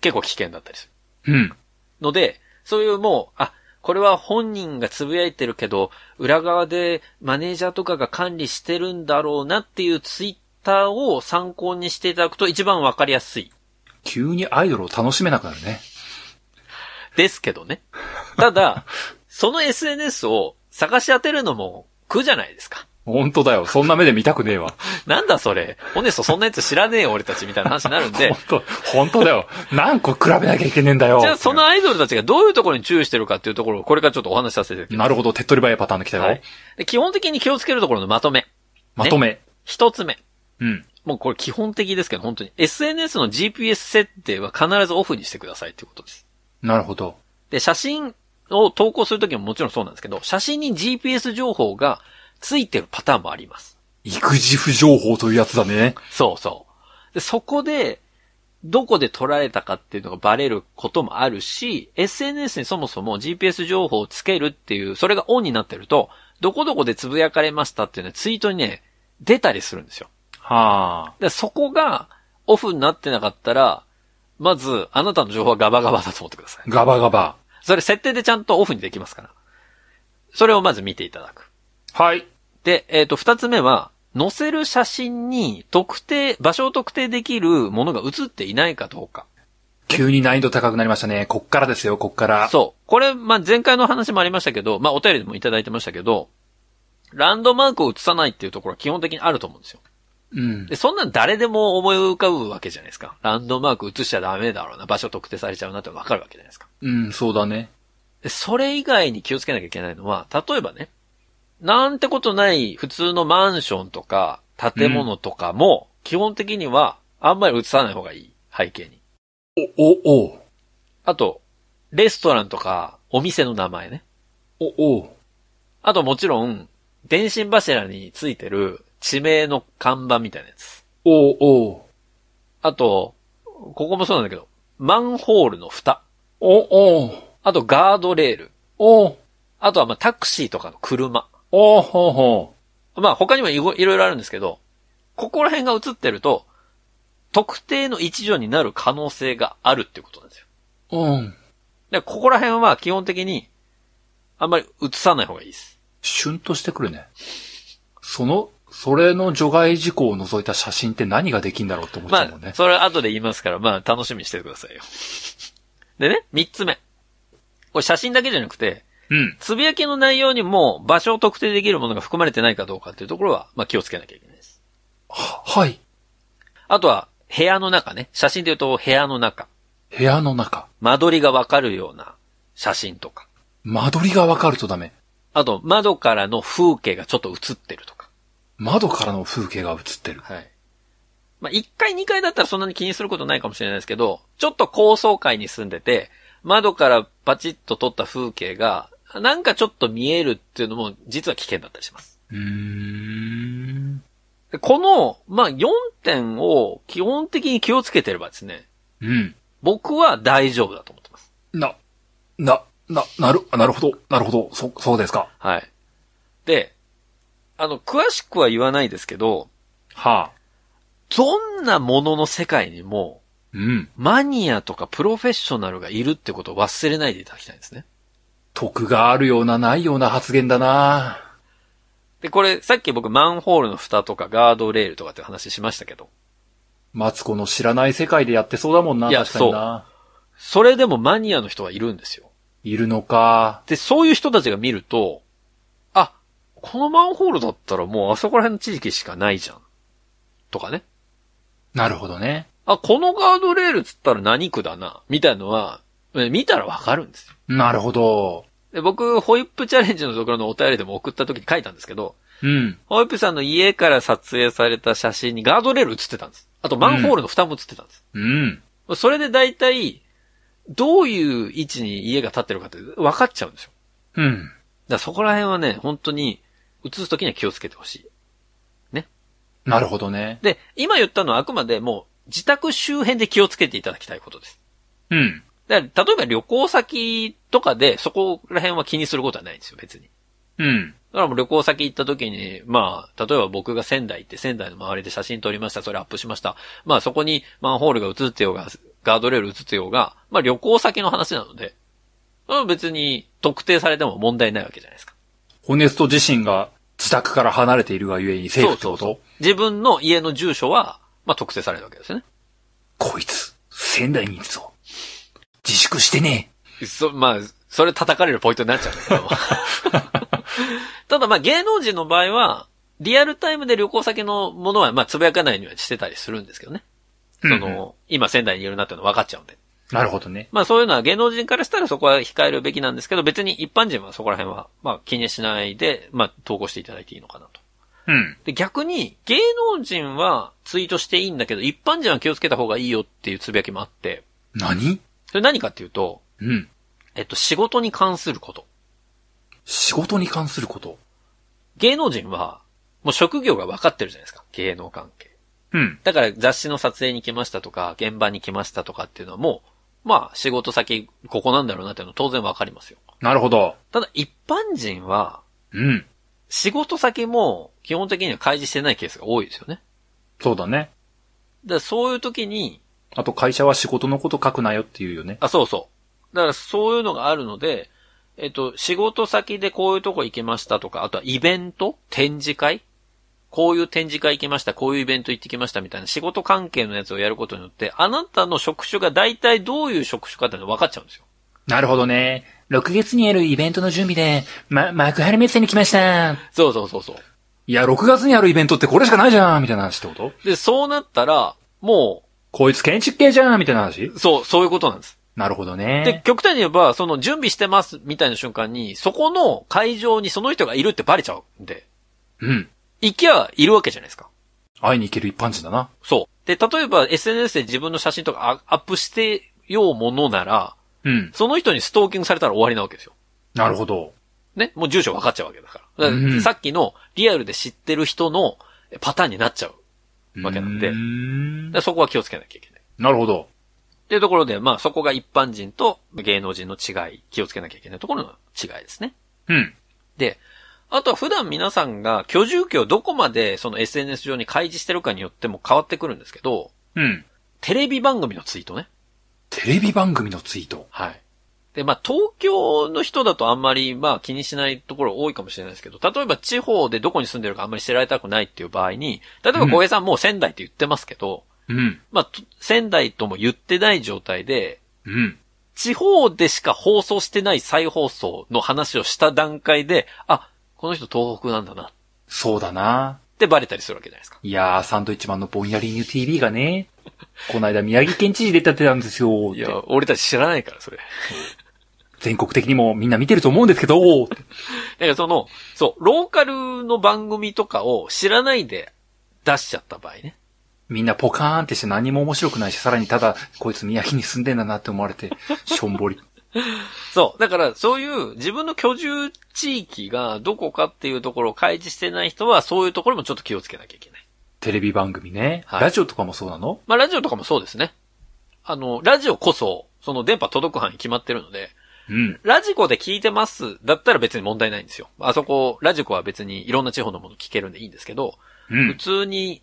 結構危険だったりする。うん。ので、そういうもう、あ、これは本人がつぶやいてるけど、裏側でマネージャーとかが管理してるんだろうなっていうツイッターを参考にしていただくと一番わかりやすい。急にアイドルを楽しめなくなるね。ですけどね。た だ、その SNS を探し当てるのも苦じゃないですか。本当だよ。そんな目で見たくねえわ。なんだそれ。ホネストそんなやつ知らねえよ俺たちみたいな話になる んで本。当本当だよ。何個比べなきゃいけねえんだよ。じゃあそのアイドルたちがどういうところに注意してるかっていうところをこれからちょっとお話しさせていただきまなるほど、手っ取り早いパターンで来たすよ。はい。で基本的に気をつけるところのまとめ。まとめ、一つ目。うん。もうこれ基本的ですけど、本当に。SNS の GPS 設定は必ずオフにしてくださいっていうことです。なるほど。で、写真を投稿するときももちろんそうなんですけど、写真に GPS 情報がついてるパターンもあります。育児不情報というやつだね。そうそう。で、そこで、どこで撮られたかっていうのがバレることもあるし、SNS にそもそも GPS 情報をつけるっていう、それがオンになってると、どこどこでつぶやかれましたっていうのはツイートにね、出たりするんですよ。はあ。で、そこがオフになってなかったら、まず、あなたの情報はガバガバだと思ってください。ガバガバ。それ設定でちゃんとオフにできますから。それをまず見ていただく。はい。で、えっ、と、二つ目は、載せる写真に特定、場所を特定できるものが写っていないかどうか。急に難易度高くなりましたね。こっからですよ、こっから。そう。これ、まあ、前回の話もありましたけど、まあ、お便りでもいただいてましたけど、ランドマークを写さないっていうところは基本的にあると思うんですよ。うん。で、そんなん誰でも思い浮かぶわけじゃないですか。ランドマーク映しちゃダメだろうな、場所特定されちゃうなってわかるわけじゃないですか。うん、そうだね。で、それ以外に気をつけなきゃいけないのは、例えばね、なんてことない普通のマンションとか建物とかも、基本的にはあんまり映さない方がいい、背景に。お、お、お、あと、レストランとかお店の名前ね。お、お。あともちろん、電信柱についてる地名の看板みたいなやつ。おおあと、ここもそうなんだけど、マンホールの蓋。おおあとガードレール。おおあとはまあタクシーとかの車。おほほまあ他にもいごいろいろあるんですけど、ここら辺が映ってると、特定の一助になる可能性があるっていうことなんですよ。うん。で、ここら辺は基本的に、あんまり映さない方がいいです。シュンとしてくるね。その、それの除外事項を除いた写真って何ができんだろうって思っちゃうまもんあ、ね。それは後で言いますから、まあ楽しみにしててくださいよ。 でね、三つ目。これ写真だけじゃなくて、うん。つぶやきの内容にも場所を特定できるものが含まれてないかどうかっていうところは、まあ気をつけなきゃいけないです。は、はい。あとは、部屋の中ね。写真で言うと部屋の中。部屋の中。間取りがわかるような写真とか。間取りがわかるとダメ。あと、窓からの風景がちょっと映ってるとか。窓からの風景が映ってる。はい。まあ、1階2階だったらそんなに気にすることないかもしれないですけど、ちょっと高層階に住んでて、窓からパチッと撮った風景が、なんかちょっと見えるっていうのも実は危険だったりします。うーん。でこの、まあ、4点を基本的に気をつけてればですね、うん。僕は大丈夫だと思ってます。な、な、な、なる、なるほど、なるほど、そ、そうですか。はい。で、あの、詳しくは言わないですけど、はあ。どんなものの世界にも、うん。マニアとかプロフェッショナルがいるってことを忘れないでいただきたいんですね。得があるようなないような発言だなで、これ、さっき僕マンホールの蓋とかガードレールとかって話しましたけど、マツコの知らない世界でやってそうだもんな、いや確かにな。それでもマニアの人はいるんですよ。いるのか。で、そういう人たちが見ると、あ、このマンホールだったらもうあそこら辺の地域しかないじゃん。とかね。なるほどね。あ、このガードレールつったら何区だな。みたいのは、え見たらわかるんですよ。なるほど。で、僕、ホイップチャレンジのところのお便りでも送った時に書いたんですけど、うん。ホイップさんの家から撮影された写真にガードレール写ってたんです。あとマンホールの蓋も写ってたんです。うん。それで大体、どういう位置に家が建ってるかって分かっちゃうんですよ。うん。だからそこら辺はね、本当に、映すときには気をつけてほしい。なるほどね。で、今言ったのはあくまでもう、自宅周辺で気をつけていただきたいことです。うん。だから、例えば旅行先とかで、そこら辺は気にすることはないんですよ、別に。うん。だからもう旅行先行った時に、まあ、例えば僕が仙台行って仙台の周りで写真撮りました、それアップしました。まあそこにマンホールが映ってようが、ガードレール映ってようが、まあ旅行先の話なので、うん別に特定されても問題ないわけじゃないですか。ホネスト自身が自宅から離れているがゆえにセーフってこと自分の家の住所は、まあ特定されるわけですよね。こいつ、仙台にいるぞ。自粛してねそ、まあ、それ叩かれるポイントになっちゃうんだけど。 ただまあ芸能人の場合は、リアルタイムで旅行先のものは、まあ、つぶやかないようにはしてたりするんですけどね。え。その、今仙台にいるなっていうの分かっちゃうんで。なるほどね。まあそういうのは芸能人からしたらそこは控えるべきなんですけど、別に一般人はそこら辺は、まあ気にしないで、まあ投稿していただいていいのかなと。うん。で、逆に芸能人はツイートしていいんだけど、一般人は気をつけた方がいいよっていうつぶやきもあって、何それ何かっていうと、うん。えっと、仕事に関すること。仕事に関すること。芸能人は、もう職業が分かってるじゃないですか。芸能関係。うん。だから雑誌の撮影に来ましたとか、現場に来ましたとかっていうのはもう、まあ仕事先ここなんだろうなっていうのは当然分かりますよ。なるほど。ただ一般人は、うん。仕事先も基本的には開示してないケースが多いですよね。そうだね。だからそういう時に、あと会社は仕事のこと書くなよっていうよね。あ、そうそう。だからそういうのがあるので、えっと、仕事先でこういうとこ行きましたとか、あとはイベント展示会こういう展示会行きました、こういうイベント行ってきましたみたいな仕事関係のやつをやることによって、あなたの職種が大体どういう職種かっていうのが分かっちゃうんですよ。なるほどね。6月にやるイベントの準備で、ま、幕張メッセに来ました。そうそうそうそう。いや、6月にやるイベントってこれしかないじゃんみたいな話ってことで、そうなったら、もこいつ建築系じゃんみたいな話う、そう、そういうことなんです。なるほどで、ね。極端に言えば、その準備してますみたいな瞬間に、そこの会場にその人がいるってバレちゃうんで、うん。行きはいるわけじゃないですか。会いに行ける一般人だな。そう。で、例えば SNS で自分の写真とかアアップしてようものなら、うん。その人にストーキングされたら終わりなわけですよ。なるほど。ね。もう住所分かっちゃうわけだから。だかうらんさっきのリアルで知ってる人のパターンになっちゃう。だかわけなんでうーんらそこは気をつけなきゃいけない。なるほど。っていうところで、まあそこが一般人と芸能人の違い、気をつけなきゃいけないところの違いですね。うん。で、あとは普段皆さんが居住区をどこまでその SNS 上に開示してるかによっても変わってくるんですけど、うん。テレビ番組のツイートね。テレビ番組のツイート。はい。で、まあ、東京の人だとあんまり、まあ、気にしないところ多いかもしれないですけど、例えば地方でどこに住んでるかあんまり知られたくないっていう場合に、例えばうん小平さんもう仙台って言ってますけど、うん。まあ、と仙台とも言ってない状態で、うん。地方でしか放送してない再放送の話をした段階で、あ、この人東北なんだなっそうだな。てバレたりするわけじゃないですか。いやー、サンドイッチマンのぼんやりニュー TV が ね、この間宮城県知事出たってたんですよいって。や、俺たち知らないから、それ。全国的にもみんな見てると思うんですけどってだからその、そう、ローカルの番組とかを知らないで出しちゃった場合ね。みんなポカーンってして何も面白くないし、さらにただ、こいつ宮城に住んでんだなって思 われて、しょんぼり。そう。だから、そういう自分の居住地域がどこかっていうところを開示してない人は、そういうところもちょっと気をつけなきゃいけない。テレビ番組ね。はいラジオとかもそうなのまあ、ラジオとかもそうですね。あの、ラジオこそ、その電波届く範囲決まってるので、うん。ラジコで聞いてますだったら別に問題ないんですよ。あそこ、ラジコは別にいろんな地方のもの聞けるんでいいんですけど、う普ん。通に、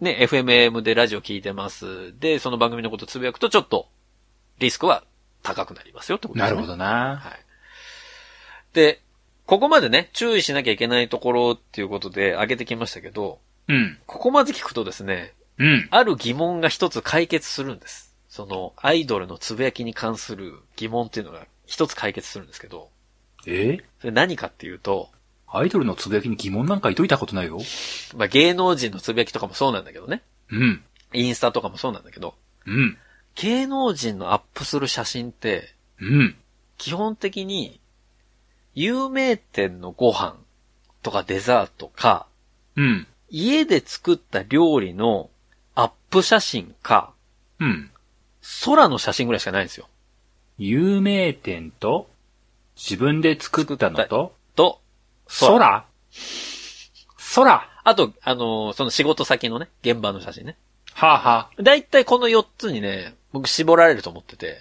ね、FMM でラジオ聞いてます。で、その番組のことつぶやくとちょっと、リスクは高くなりますよってことですなね。るほ。どな。はい。で、ここまでね、注意しなきゃいけないところっていうことで挙げてきましたけど、うん。ここまで聞くとですね、うん。ある疑問が一つ解決するんです。その、アイドルのつぶやきに関する疑問っていうのが一つ解決するんですけど、えそれ何かっていうと、アイドルのつぶやきに疑問なんかいといたことないよ。まあ、芸能人のつぶやきとかもそうなんだけどね。うん。インスタとかもそうなんだけど、うん。芸能人のアップする写真って、うん。基本的に、有名店のご飯とかデザートか、うん。家で作った料理のアップ写真か、うん。空の写真ぐらいしかないんですよ。有名店と、自分で作ったのと、と、空空あと、あのーその仕事先のね、現場の写真ね。はあ、はあ、だいたいこの4つにね、僕絞られると思ってて、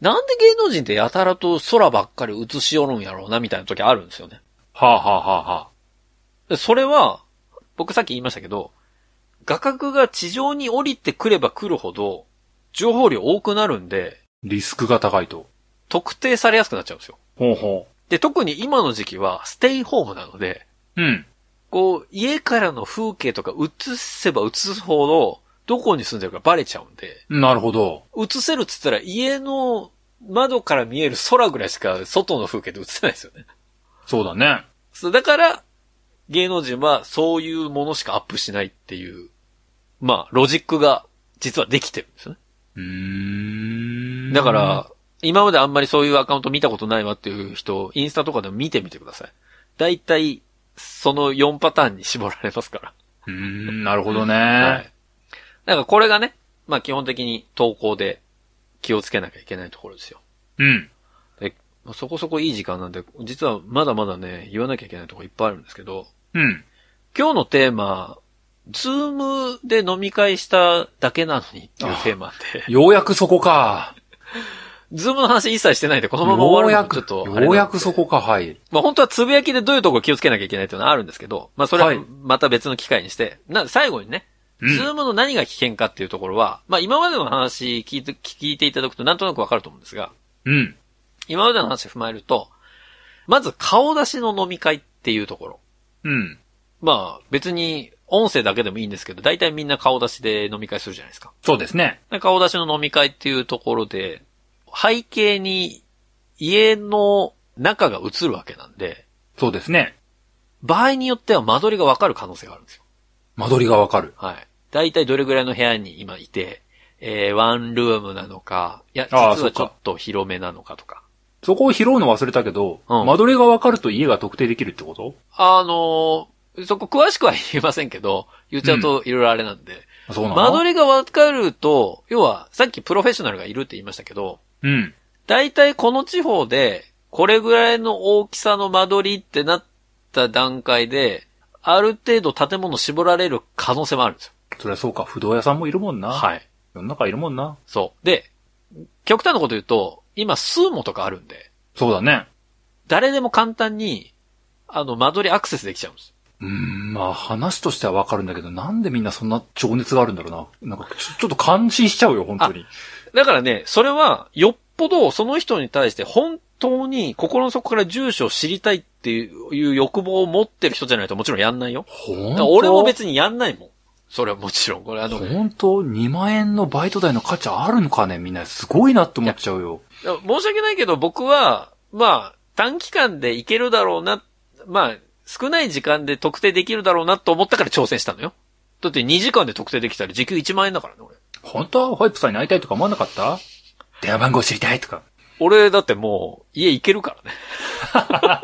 なんで芸能人ってやたらと空ばっかり写し寄るんやろうな、みたいな時あるんですよね。はあ、はあ、はあ、はあ。でそれは、僕さっき言いましたけど、画角が地上に降りてくれば来るほど、情報量多くなるんで、リスクが高いと。特定されやすくなっちゃうんですよ。ほうほで、特に今の時期はステイホームなので、う。うん。こう、家からの風景とか映せば映すほど、どこに住んでるかバレちゃうんで、なるほど。映せるっつったら家の窓から見える空ぐらいしか外の風景で映せないですよね。そうだね。そう、だから、芸能人はそういうものしかアップしないっていう、まあ、ロジックが実はできてるんですよね。うーん。だか、ら、今まであんまりそういうアカウント見たことないわっていう人、インスタとかでも見てみてください。だいたい、その4パターンに絞られますから。うーん、なるほどね。はい。だからこれがね、まあ基本的に投稿で気をつけなきゃいけないところですよ。うん。で、まあそこそこいい時間なんで、実はまだまだね、言わなきゃいけないところいっぱいあるんですけど、うん。今日のテーマ、ズームで飲み会しただけなのにっていうテーマで、ようやくそこか。ズームの話一切してないんで、このままよう終わやるのもく、ちょっとあれなんでようやくそこか、はい。まあ本当はつぶやきでどういうところ気をつけなきゃいけないっていうのはあるんですけど、まあそれははいまた別の機会にして、な、最後にね、うズーん。ムの何が危険かっていうところは、まあ今までの話聞いて、聞いていただくとなんとなくわかると思うんですが、うん。今までの話を踏まえると、まず顔出しの飲み会っていうところ。うん。まあ別に音声だけでもいいんですけど、大体みんな顔出しで飲み会するじゃないですか。そうですね。で顔出しの飲み会っていうところで、背景に家の中が映るわけなんで、そうですね。場合によっては間取りがわかる可能性があるんですよ。間取りがわかる。はい。大体どれぐらいの部屋に今いて、えー、ワンルームなのか、いや、実あーはちょっと広めなのかとか。そこを拾うの忘れたけど、うん間取りがわかると家が特定できるってことあのーそこ詳しくは言えませんけど、言っちゃうといろいろあれなんで。そうなの間取りがわかると、要は、さっきプロフェッショナルがいるって言いましたけど、うん。大体この地方で、これぐらいの大きさの間取りってなった段階で、ある程度建物絞られる可能性もあるんですよ。そりゃそうか、不動屋さんもいるもんな。い。はい。世の中いるもんな。そう。で、極端なこと言うと、今、スーモとかあるんで、そうだね。誰でも簡単に、あの、間取りアクセスできちゃうんです。うーん、まあ話としてはわかるんだけど、なんでみんなそんな情熱があるんだろうな。なんかちょちょっと感心しちゃうよ、本当に。だからね、それは、よっぽどその人に対して本当に心の底から住所を知りたいっていう欲望を持ってる人じゃないともちろんやんないよ。本だから当俺も別にやんないもん。それはもちろん。これあの、い本当 ?2 万円のバイト代の価値あるのかねみんなすごいなって思っちゃうよ。や申し訳ないけど僕は、まあ、短期間でいけるだろうな、まあ、少ない時間で特定できるだろうなと思ったから挑戦したのよ。だって2時間で特定できたら時給1万円だからね、俺。本当はホイップさんに会いたいとか思わなかった電話番号知りたいとか。俺だってもう家行けるからね。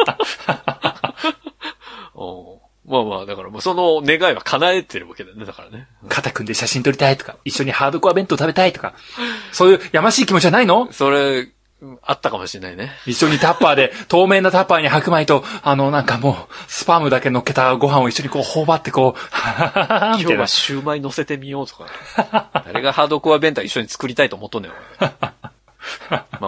おまあまあ、だからもうその願いは叶えてるわけだよね、だからね。肩組んで写真撮りたいとか。一緒にハードコア弁当食べたいとか。そういうやましい気持ちはないのそれ、うんあったかもしれないね。一緒にタッパーで、透明なタッパーに白米と、あの、なんかもう、スパムだけ乗っけたご飯を一緒にこう、頬張ってこう、 ははははは今日みたいなは。シューマイ乗せてみようとか。 誰がハードコア弁当一緒に作りたいと思っとん ねん、俺まあ、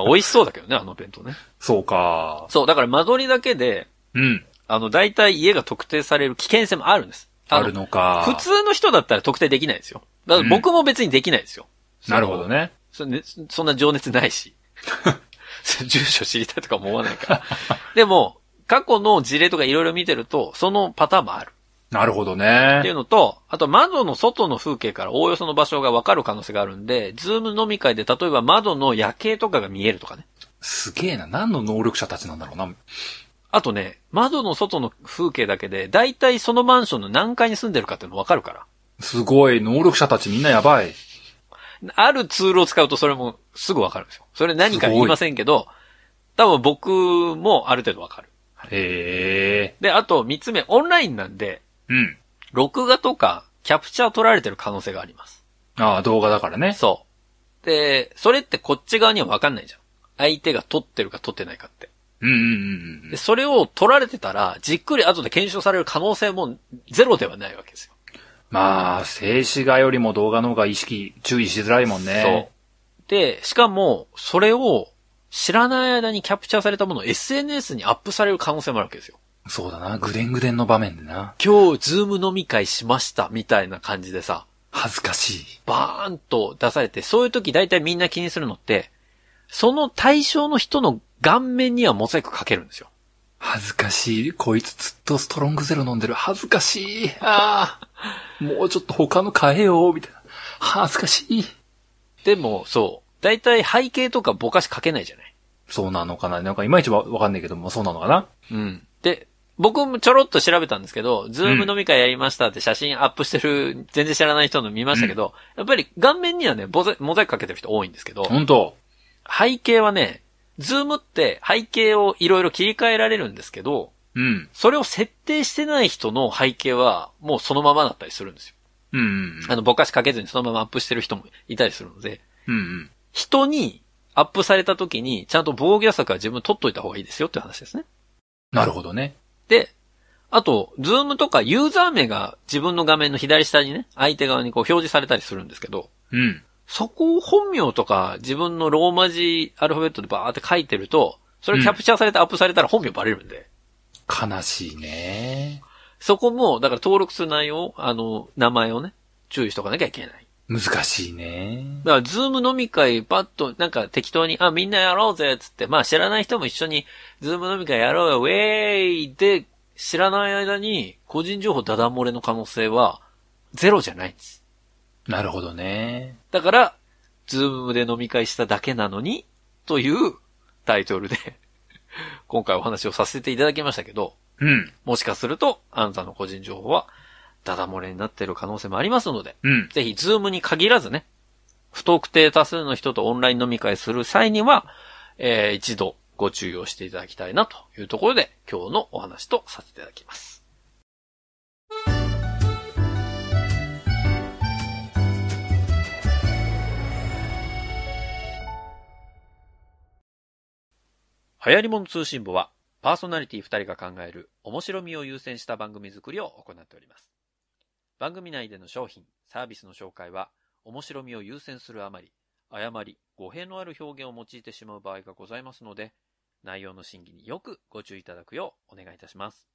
美味しそうだけどね、あの弁当ね。そうか。そう、だから間取りだけで、うん。あの、大体家が特定される危険性もあるんです。あのるのか。普。通の人だったら特定できないですよ。だから僕も別にできないですよ。なるほどね。そんでそんな情熱ないし。 住所知りたいとかも思わないから。でも、過去の事例とかいろいろ見てると、そのパターンもある。なるほどっていね。うのと、あと窓の外の風景からおおよその場所がわかる可能性があるんで、ズーム飲み会で例えば窓の夜景とかが見えるとかね。すげえな。何の能力者たちなんだろうな。あとね、窓の外の風景だけで、だいたいそのマンションの何階に住んでるかっていうのわかるから。すごい。能力者たちみんなやばい。あるツールを使うとそれもすぐわかるんですよ。それ何か言いませんけど、多分僕もある程度わかる。へえ。で、あと三つ目、オンラインなんで、うん。録画とかキャプチャー取られてる可能性があります。ああ、動画だからね。そう。で、それってこっち側にはわかんないじゃん。相手が撮ってるか撮ってないかって。うんうんうんうで、ん。それを撮られてたら、じっくり後で検証される可能性もゼロではないわけですよ。まあ、静止画よりも動画の方が意識、注意しづらいもんそね。う。で、しかも、それを知らない間にキャプチャーされたものを SNS にアップされる可能性もあるわけですよ。そう。だな。ぐでんぐでんの場面でな。今日、ズーム飲み会しました、みたいな感じでさ、恥ずかしい。バーンと出されて、そういう時大体みんな気にするのって、その対象の人の顔面にはモザイクかけるんですよ。恥ずかしい。こいつずっとストロングゼロ飲んでる。恥ずかしい。ああ。もうちょっと他の買えよ、みたいな。恥ずかしい。でも、そう。大体背景とかぼかしかけないじゃない。そうなのかななんかいまいちわわかんないけども、そうなのかなうん。で、僕もちょろっと調べたんですけど、ズーム飲み会やりましたって写真アップしてる、全然知らない人の見ましたけど、やっぱり顔面にはね、ボザモザイクかけてる人多いんですけど、本当背景はね、ズームって背景をいろいろ切り替えられるんですけど、うん。それを設定してない人の背景はもうそのままだったりするんですよ。うんうんあの、ぼかしかけずにそのままアップしてる人もいたりするので、うん。うん人にアップされた時に、ちゃんと防御策は自分取っといた方がいいですよっていう話ですね。なるほどね。で、あと、ズームとかユーザー名が自分の画面の左下にね、相手側にこう表示されたりするんですけど、うん。そこを本名とか自分のローマ字アルファベットでバーって書いてると、それキャプチャーされてアップされたら本名バレるんで、悲しいね。そこも、だから登録する内容を、あの、名前をね、注意しとかなきゃいけない。難しいね。だから、ズーム飲み会、パッと、なんか適当に、あ、みんなやろうぜ、つって、まあ知らない人も一緒に、ズーム飲み会やろうよ、ウェーイで、知らない間に、個人情報ダダ漏れの可能性は、ゼロじゃないんです。なるほどね。だから、ズームで飲み会しただけなのに、というタイトルで、 今回お話をさせていただきましたけど、うん。もしかすると、あなたの個人情報は、ダダ漏れになっている可能性もありますので、うん。ぜひ、ズームに限らずね、不特定多数の人とオンライン飲み会する際には、えー一度ご注意をしていただきたいなというところで、今日のお話とさせていただきます。流行り物通信簿は、パーソナリティ2人が考える面白みを優先した番組作りを行っております。番組内での商品、サービスの紹介は、面白みを優先するあまり、誤り、語弊のある表現を用いてしまう場合がございますので、内容の審議によくご注意いただくようお願いいたします。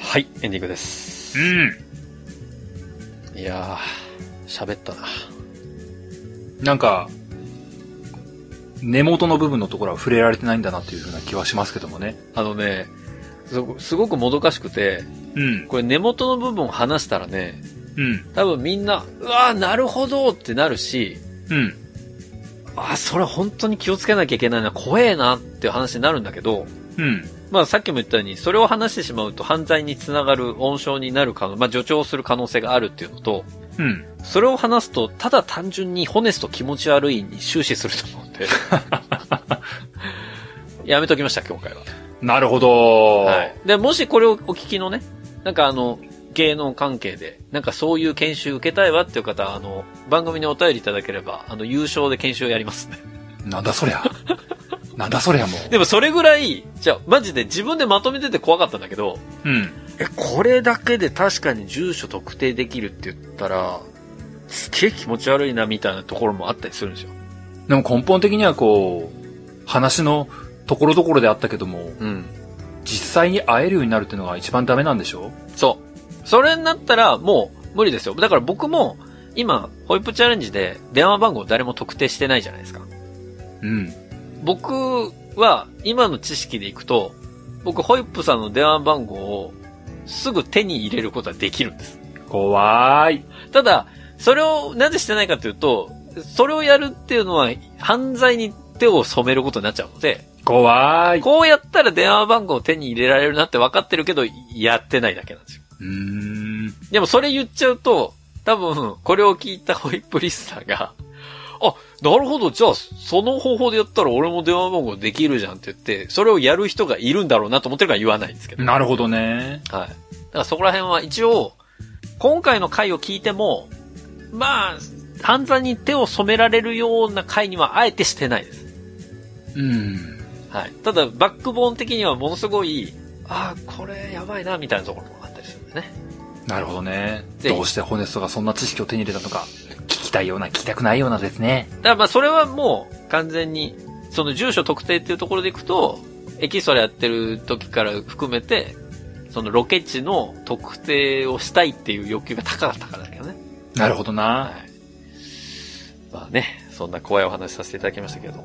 はい、エンディングです。ういやー、喋ったな。ん。なんか、根元の部分のところは触れられてないんだなっていうふうな気はしますけどもね。あのね、そすごくもどかしくて、うん。これ根元の部分を話したらね、うん。多分みんな、うわー、なるほどってなるし、うん。あ、それ本当に気をつけなきゃいけないな、怖えなっていう話になるんだけど、うん。まあさっきも言ったように、それを話してしまうと犯罪につながる温床になる可能、まあ助長する可能性があるっていうのと、うん。それを話すと、ただ単純にホネスト気持ち悪いに終始すると思うんで。やめときました、今回は。なるほど。はい。で、もしこれをお聞きのね、なんかあの、芸能関係で、なんかそういう研修受けたいわっていう方は、あの、番組にお便りいただければ、あの、優勝で研修やりますね。 なんだそりゃ。 なんだそりゃもでもそれぐらい、じゃあ、マジで自分でまとめてて怖かったんだけど、う。うん。え、これだけで確かに住所特定できるって言ったら、すげえ気持ち悪いなみたいなところもあったりするんですよ。でも根本的にはこう、話のところどころであったけども、うん。実際に会えるようになるっていうのが一番ダメなんでしょそう。それになったら、もう無理ですよ。だから僕も、今、ホイップチャレンジで電話番号誰も特定してないじゃないですか。うん。僕は、今の知識でいくと、僕、ホイップさんの電話番号をすぐ手に入れることはできるんです。怖い。ただ、それをなぜしてないかというと、それをやるっていうのは犯罪に手を染めることになっちゃうので、怖い。こうやったら電話番号を手に入れられるなって分かってるけど、やってないだけなんですよ。うーん。でもそれ言っちゃうと、多分、これを聞いたホイップリスナーが、あ、なるほど、じゃあ、その方法でやったら俺も電話番号できるじゃんって言って、それをやる人がいるんだろうなと思ってるから言わないんですけど。なるほどね。はい。だからそこら辺は一応、今回の回を聞いても、まあ、犯罪に手を染められるような回にはあえてしてないです。うん。はい。ただ、バックボーン的にはものすごい、ああ、これやばいな、みたいなところもあったりするんでね。なるほどね。ぜひどうしてホネストがそんな知識を手に入れたのか、聞きたいような、聞きたくないようなですね。だからまあそれはもう完全に、その住所特定っていうところでいくと、エキストラやってる時から含めて、そのロケ地の特定をしたいっていう欲求が高かったからだけどね。なるほどはな。い。まあね、そんな怖いお話させていただきましたけど。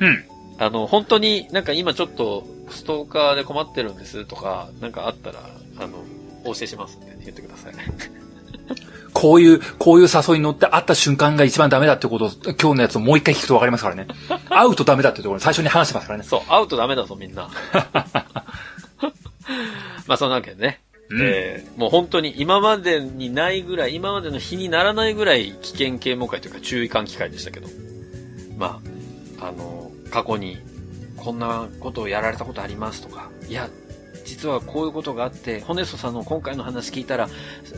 うん。あの、本当になんか今ちょっとストーカーで困ってるんですとか、なんかあったら、あの、お教えしますんで言ってください。こういう、こういう誘いに乗って会った瞬間が一番ダメだってことを、今日のやつをもう一回聞くとわかりますから ね。会うとダメだってところに最初に話してますからね。そう、会うとダメだぞみん な。まあそんなわけでね。うん。えーもう本当に今までにないぐらい、今までの日にならないぐらい危険啓蒙会というか注意喚起会でしたけど、まあ、あの、過去にこんなことをやられたことありますとか、いや、実はこういうことがあって、ホネストさんの今回の話聞いたら、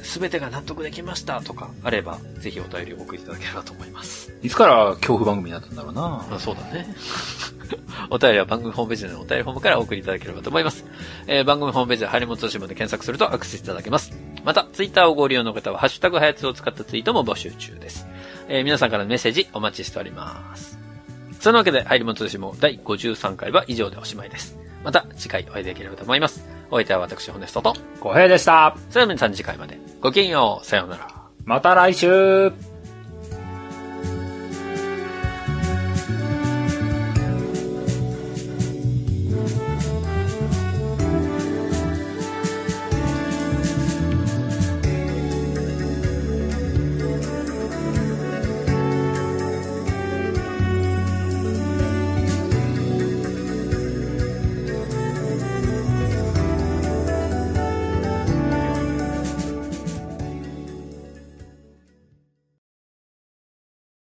すべてが納得できましたとかあれば、ぜひお便りをお送りいただければと思います。いつから恐怖番組になったんだろうな。あそうだね。 お便りは番組ホームページのお便りフォームからお送りいただければと思います。えー番組ホームページでハリモト新聞で検索するとアクセスいただけます。また、ツイッターをご利用の方は、ハッシュタグハヤツを使ったツイートも募集中です。えー皆さんからのメッセージお待ちしております。そのわけで、ハリモト新聞第53回は以上でおしまいです。また次回お会いできればと思います。お相手は私、ホネストと、小平でした。それでは皆さん次回まで。ごきげんよう、さようなら。また来週